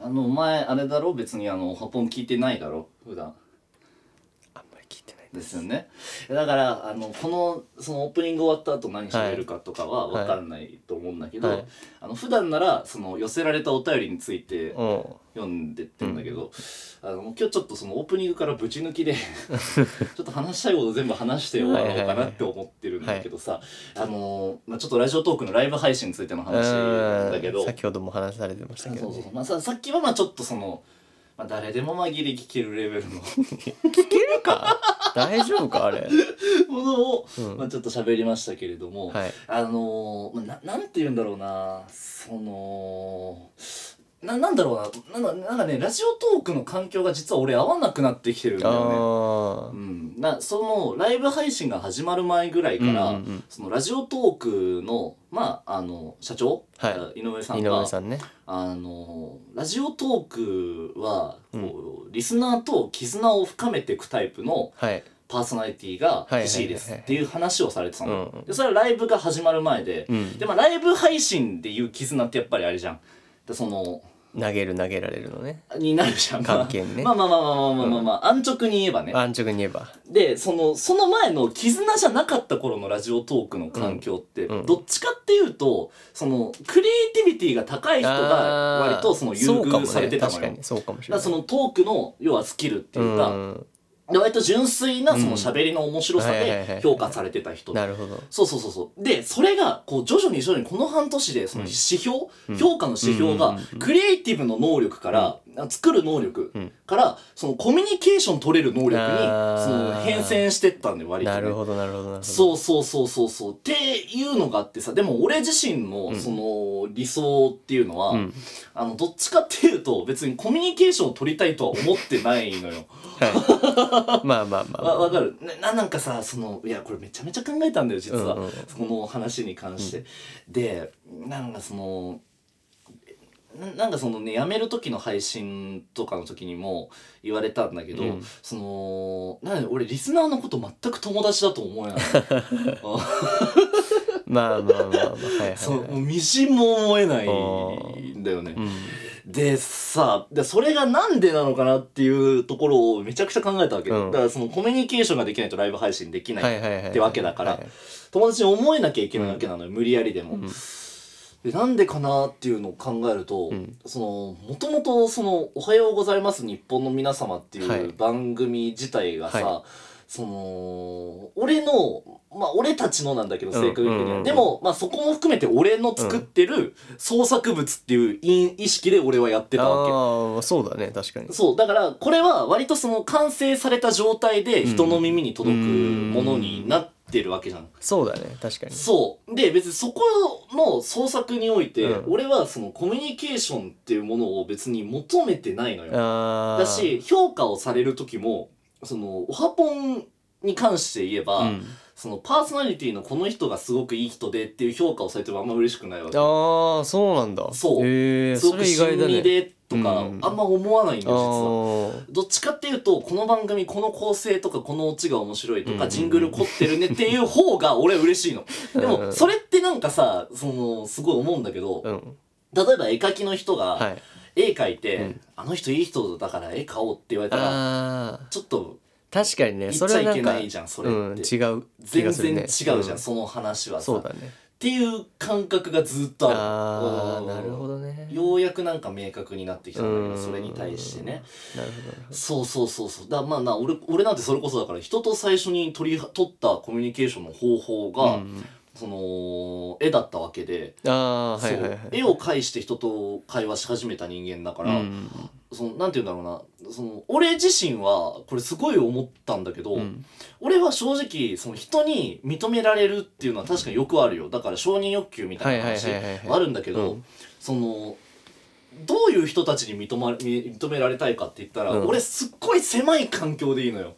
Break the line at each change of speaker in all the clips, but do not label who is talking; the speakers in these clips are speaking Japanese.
あのお前あれだろ別にあのハポン聞いてないだろ普段
あんまり聞いてない
ですよねだからあのこのそのオープニング終わった後何喋るかとかは
はい
分かんないと思うんだけど、
はい
あの普段ならその寄せられたお便りについて
うん
読んでってんだけど、あの今日ちょっとそのオープニングからぶち抜 きでちょっと話したいこと全部話して終わろうかなって思ってるんだけどさ、あのまあ、ちょっとラジオトークのライブ配信についての話だけ
う
ど
ん先ほども話されてました
そう
け
そ
ど
う
ね
そう、まあ、ささっきはまあちょっとその、まあ、誰でもまあギリ聞けるレベルの
聞けるか 大丈夫かあれ
ものを、
うん
まあ、ちょっと喋りましたけれども、
はい
あのーまあ、ななんて言うんだろうなそのななんだろうななんかなんかねラジオトークの環境が実は俺合わなくなってきてるんだよね。
あ
う
ー
ん、なそのライブ配信が始まる前ぐらいから、
うんうんうん
そのラジオトークの,、まあ、あの社長、
は
井上さん
井
が
上さんね
あのラジオトークはこう、リスナーと絆を深めていくタイプの
はい
パーソナリティが欲しいです
はいはいはいは
っ
い
ていう話をされてたの、
うんうん
でそれはライブが始まる前で、
うん
でまあ、ライブ配信でいう絆ってやっぱりあれじゃんでその
投げる投げられるのね
になるじゃん
関係ね
まあまあまあまあまあまあまあ、まあ安直に言えばね
安直に言えば
でそのその前の絆じゃなかった頃のラジオトークの環境って、
うんうん
どっちかっていうとそのクリエイティビティが高い人が
あー
割とその優
そうか
遇
もね
されてたのよ。
確かにそうかもし
だか
れ
ら
ない
そのトークの要はスキルっていうか、
うん
で割と純粋なその喋りの面白さ
はいはいはいは
で
い
評価されてた人
なるほど
そうそうそうそうでそれがこう徐々に徐々にこの半年でその指標、
ん
評価の指標が
うんうんうん
クリエイティブの能力から、あ作る能力
うん
からそのコミュニケーション取れる能力に
あー
その変遷してったんで割と、ね、
なるほどなるほどなるほど
そうそうそうそうそうっていうのがあってさでも俺自身の
ん
その理想っていうのは、
うん
あのどっちかっていうと別にコミュニケーションを取りたいとは思ってないのよ。
はいまあまあまあ
わわかるなななんかさそのいやこれめちゃめちゃ考えたんだよ実は、
うんうん
そこの話に関して、でなんかそのななんかそのねやめる時の配信とかの時にも言われたんだけど、
うん
そのなんで俺リスナーのこと全く友達だと思えない
まあまあまあまあはいはい
そうも
は
う
い
みじんも思えないんだよね
う、ん
でさでそれがなんでなのかなっていうところをめちゃくちゃ考えたわけ、
うん
だからそのコミュニケーションができないとライブ配信できない
はいはいはい
ってわけだから
はい
友達に思えなきゃいけないわけなのよ、無理やりでも。
ん
でなんでかなっていうのを考えると、
うん
そのもともとその「おはようございます日本の皆様」って
はいいう
番組自体がさ、
は
その俺のまあ俺たちのなんだけど
うん
正確には、
うんうんうん
でも、まあ、そこも含めて俺の作ってる創作物っていう因意識で俺はやってたわけ。
ああそうだね確かに
そうだからこれは割とその完成された状態で人の耳に届くものになってるわけじゃん
そうだね確かに
そう。で、別にそこの創作において、
うん
俺はそのコミュニケーションっていうものを別に求めてないのよ。
ああ
だし、評価をされる時も、その、オハポンに関して言えば、
うん
そのパーソナリティのこの人がすごくいい人でっていう評価をされてもあんま嬉しくないわけ。
ああそうなんだ
そう
へえ
す
そ
ごく
れ意外
親
だ
身
ね
でとか、
うん
あんま思わないんだ
あ
よ、実は。
ー
どっちかっていうと、この番組、この構成とか、このオチが面白いと
うんうん
か、
うん
ジングル凝ってるねっていう方が俺は嬉しいの。で
う
も、
ん
それってなんかさ、その、すごい思うんだけど、
うん
例えば絵描きの人
は
が、
い
絵描いて、
うん
あの人いい人だから絵買おうって言われたら、
ああ
ちょっと
確かにね
言っ
そ
ちゃ
れはいな
け
ん
な
か
いじゃん、それ
うん
っ
違う
て。
気
全
がす
然
る
違
ね
うじゃん、
ん
その話はさ。
そう
っ
だね
ていう感覚がずっとあ
あ
る。
あなるほ
ど。
どね
ようやくなんか明確になってきたんだけ
う
ど、
ん
それに対してね。
なるほどなるほど
そうそうそうそうだまあな俺俺なんてそれこそだから人と最初に取り取ったコミュニケーションの方法が、
うん
その絵だったわけで、
ああーはいはいはい
そう絵を介して人と会話し始めた人間だから、
うん
そのなんて言うんだろうなその俺自身はこれすごい思ったんだけど、
うん
俺は正直その人に認められるっていうのは確かによくあるよだから承認欲求みたいな話
はいはいはいはいはい
はあるんだけど、
うん
そのどういう人たちに認,、ま、認められたいかって言ったら、
うん
俺すっごい狭い環境でいいのよ。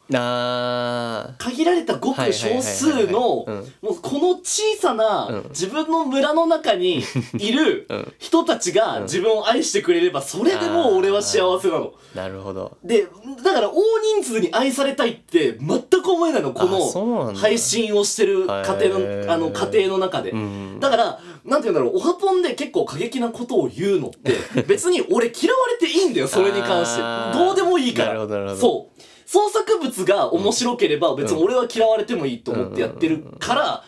あ
限られたご
はい
く
はいはいは
少
い
数の
うん
もうこの小さな
うん
自分の村の中にいる
うん
人たちが自分を愛してくれればそれでもう俺は幸せなの。
あなるほど
でだから大人数に愛されたいって全く思えないのこ
あそうな
の
んだ
配信をしてる
へー
家庭のあの家庭の中で、
うん
だからなんて言うんだろうオハポンで結構過激なことを言うのって別に俺嫌われていいよそれに関して
あー
どうでもいいか
なる
ら
ほどなるほど
そう創作物が面白ければ別に俺は嫌われてもいいと思ってやってるから、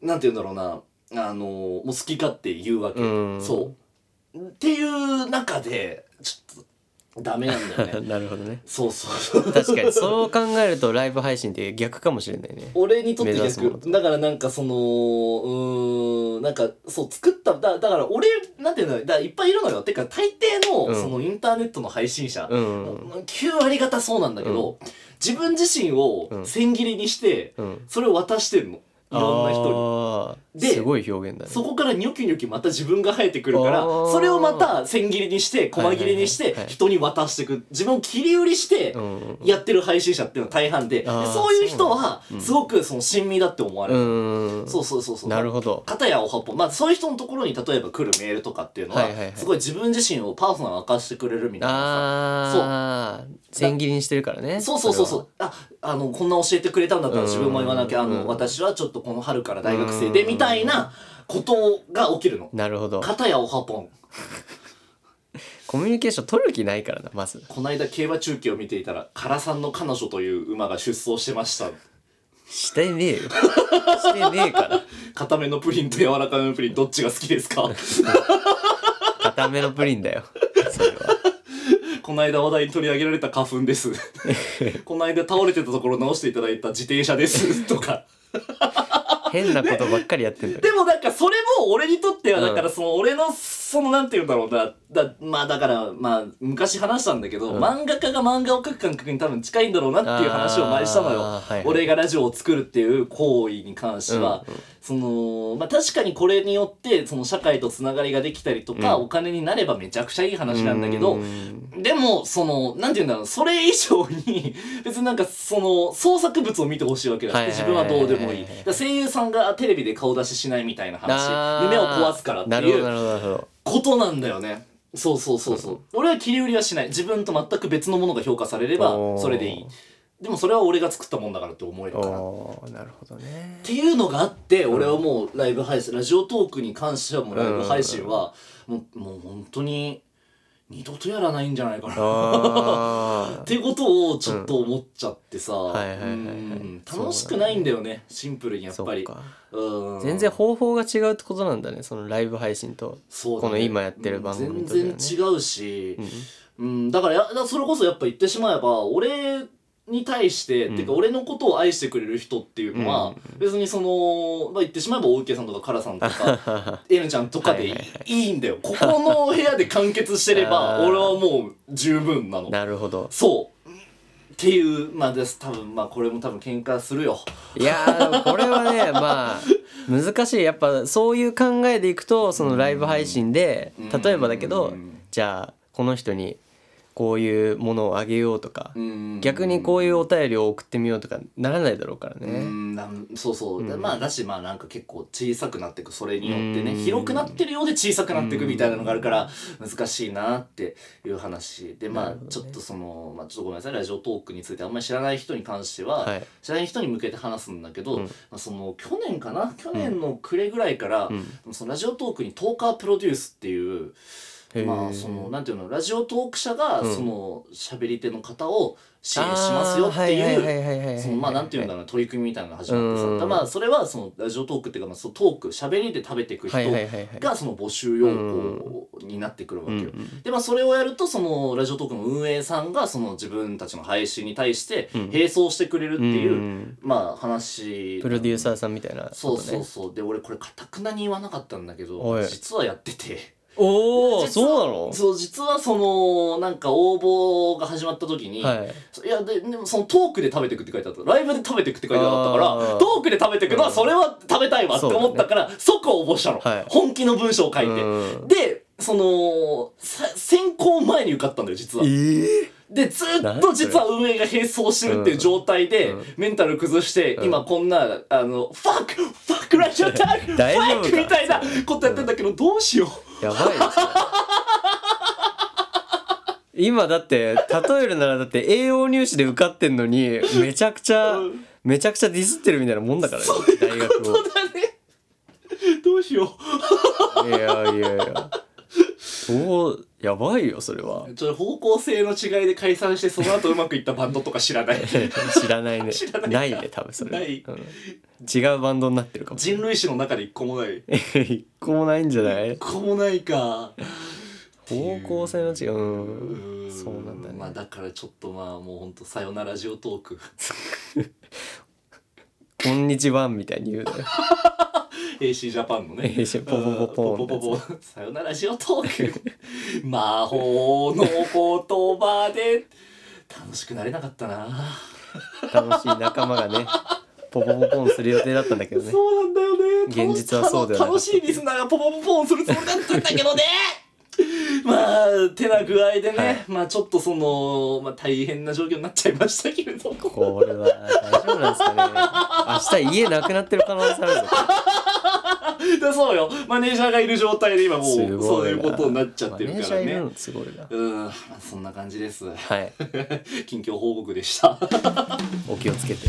なんて言うんだろうなあのもう好き勝手言うわけ、
うん
そうっていう中でちょっとダメなんだよね
なるほどね
そうそうそう
確かにそう考えるとライブ配信って逆かもしれないね
俺にとって
目指すもの
逆だからなんかそのうーんなんかそう作っただだから俺なんていうのだからいっぱいいるのよてか大抵の、
うん
そのインターネットの配信者、
うん
9割方そうなんだけど、自分自身
う
を
ん
千切りにして、
うんい
それを渡してんのいろんな人に。
に
です
ごい表現だね
そこからニョキニョキまた自分が生えてくるから
あー
それをまた千切りにして細切りにし
は
て
いはいはいはい
人に渡していく自分を切り売りして
うんうん
やってる配信者っていうのは大半でで
あー
そういう人は
そうなんだうん
すごくその親身だって思われる、
うん
そうそうそうそう
なるほど
片やおはぽまあそういう人のところに例えば来るメールとかっていうのは,、
はいはいはい
すごい自分自身をパーソナルに明かしてくれるみたいなさ
ああ千切りにしてるからね
そうそうそうそうああのこんな教えてくれたんだったら自分も言わなきゃあ
うん
の私はちょっとこの春から大学生で
う
み
ん
たいなことが起きるの
それはなるほど
片やおはぽん
コミュニケーション取る気ないからなまず
この間競馬中継を見ていたら唐さんの彼女という馬が出走してました
してねえよしてねえから
固めのプリンと柔らかめのプリンどっちが好きですか
固めのプリンだよそれは
この間話題に取り上げられた花粉です この間倒れてたところ直していただいた自転車です とか
変なことばっかりやってんだよ
でもなんかそれも俺にとっては
うん
だからその俺のそのなんて言うんだろうなだまあだからまあ昔話したんだけど、
うん
漫画家が漫画を描く感覚に多分近いんだろうなっていう話を前にしたのよ、
あーはいはい
俺がラジオを作るっていう行為に関しては、そのまあ確かにこれによってその社会とつながりができたりとか、
うん
お金になればめちゃくちゃいい話なんだけど、
うん
でも、その、なんて言うんだろう、それ以上に、別になんか、その、創作物を見てほしいわけだって、
はいはい
自
はい
分
は
はいどうでもいい。だから声優さんがテレビで顔出ししないみたいな
あ
話、
ー
夢を壊すからって
なるほ
い
ど
う
なるほどなるほど
ことなんだよね。そうそうそうそう。俺は切り売りはしない。自分と全く別のものが評価されれば
お、ー
それでいい。でもそれは俺が作ったもんだからって思えるから。っ
おーなるほど ね
ていうのがあって、俺はもうライブ配信、ラジオトークに関してはもうライブ配信は、もう、もう本当に、二度とやらないんじゃないかな。っ
あ
ていうことをちょっと思っちゃってさ、うん
はいはいはいはい
楽しくないんだよねシンプルにや
あ
っ
そ
ぱ
う
り
か
うん
全然方法が違うってことなんだねそのライブ配信と
そうだね
この今やってる番組とではね
全然違うし、うん、だからやだからそれこそやっぱ言ってしまえば俺に対して、
うん
てか俺のことを愛してくれる人っていうのは、
うん
別にその、まあ、言ってしまえば大池さんとかカラさんとか エルちゃんとかでいい,、、
はいいはいはい
んだよここの部屋で完結してれば
あー
俺はもう十分なの
なるほど
そうっていうまあです多分まあこれも多分喧嘩するよ
いやーこれは ねまあ難しいやっぱそういう考えでいくとそのライブ配信で
うん
例えばだけ
う
ど
ん
じゃあこの人にこういうものをあげようとか
うん
逆にこういうお便りを送ってみようとかならないだろうから
う
ね。
んなんそうそう、
うん
まあだしまあなんか結構小さくなっていくそれによってね
うん
広くなってるようで小さくなっていくみたいなのがあるから難しいなっていう話でま
な
あ
るほどね
ちょっとその、まあ、ちょっとごめんなさいラジオトークについてあんまり知らない人に関しては、
はい
知らない人に向けて話すんだけど、
うん
まあ、その去年かな去年の暮れぐらいから、
うん
そのラジオトークにトーカープロデュースっていう
へー
まあそのなんていうのラジオトーク社が
うん
その喋り手の方を支援しますよって
あーはいいうはいはいはいはい
そのまあなんていうんだろうな取り組みみたいなのが始まって
うん
さだまあそれはそのラジオトークっていうかまあそのトーク喋りで食べていく人
はいはいはいはい
がその募集要項になってくるわ
う
け
んう
よ。
ん
でまあそれをやるとそのラジオトークの運営さんがその自分たちの配信に対して
うん
並走してくれるっていう、
うん
まあ話
プロデューサーさんみたいなことね
そうそうそうで俺これかたくなに言わなかったんだけ
は
ど
い
実はやってて。
お
実
お
は
そうなの
そう実はそのなんか応募が始まった時に、
はい
い、やででもそのトークで食べてくって書いてあったライブで食べてくって書いてあったから
あー
トークで食べてくのは
うん
それは食べたいわって思ったから、即応募したの、
はい
本気の文章を書いて、
うん
でそのさ選考前に受かったんだよ実は
ええ
でずっ
何
と
それ
実は運営が並走してるっていう状態で、
うん
メンタル崩して、
うん
今こんなあの「ファックファックラジオタックフ
大丈
ァッ
夫か
ク」みたいなことやってんだけど、どうしよう
やばいですね今だって例えるならだって栄養入試で受かってんのにめちゃくちゃ、
うん
めちゃくちゃディスってるみたいなもんだからね大学
そうだねどうしよう
をいやいやいやそうやばいよそれは
ちょっと方向性の違いで解散してその後うまくいったバンドとか知ら ない
知らないね
知らない
ないね多分それ
ない
うん違うバンドになってるかもしれ
人類史の中で一個もない
ない一個もないんじゃない
一個もないか
方向性の違う
う
うん
ー
そうなんだね
まあだからちょっとまあもうほんとさよならジオトーク
こんにちはみたいに言 うのよ
AC ジャパンのね
えしポポポポ
ポ
ン
ポポポさよならジオトーク魔法の言葉で楽しくなれなかったな
楽しい仲間がねポポポポンする予定だったんだけどね
そうなんだよね
現実はそうではなかっ
楽
た
しいリスナーがポポポポンするつもりだったんだけ どねまあ手な具合でね、
はい
まあちょっとその、まあ、大変な状況になっちゃいましたけれども
これは大丈夫なんですかね明日家なくなってる可能性あるぞ
でそうよマネージャーがいる状態で今も
すごいな
うそういうことになっちゃってるか
マネージャ
ら
ーいる
ね
のすごいな
うんまあそんな感じです
はい
近況報告でした
お気をつけて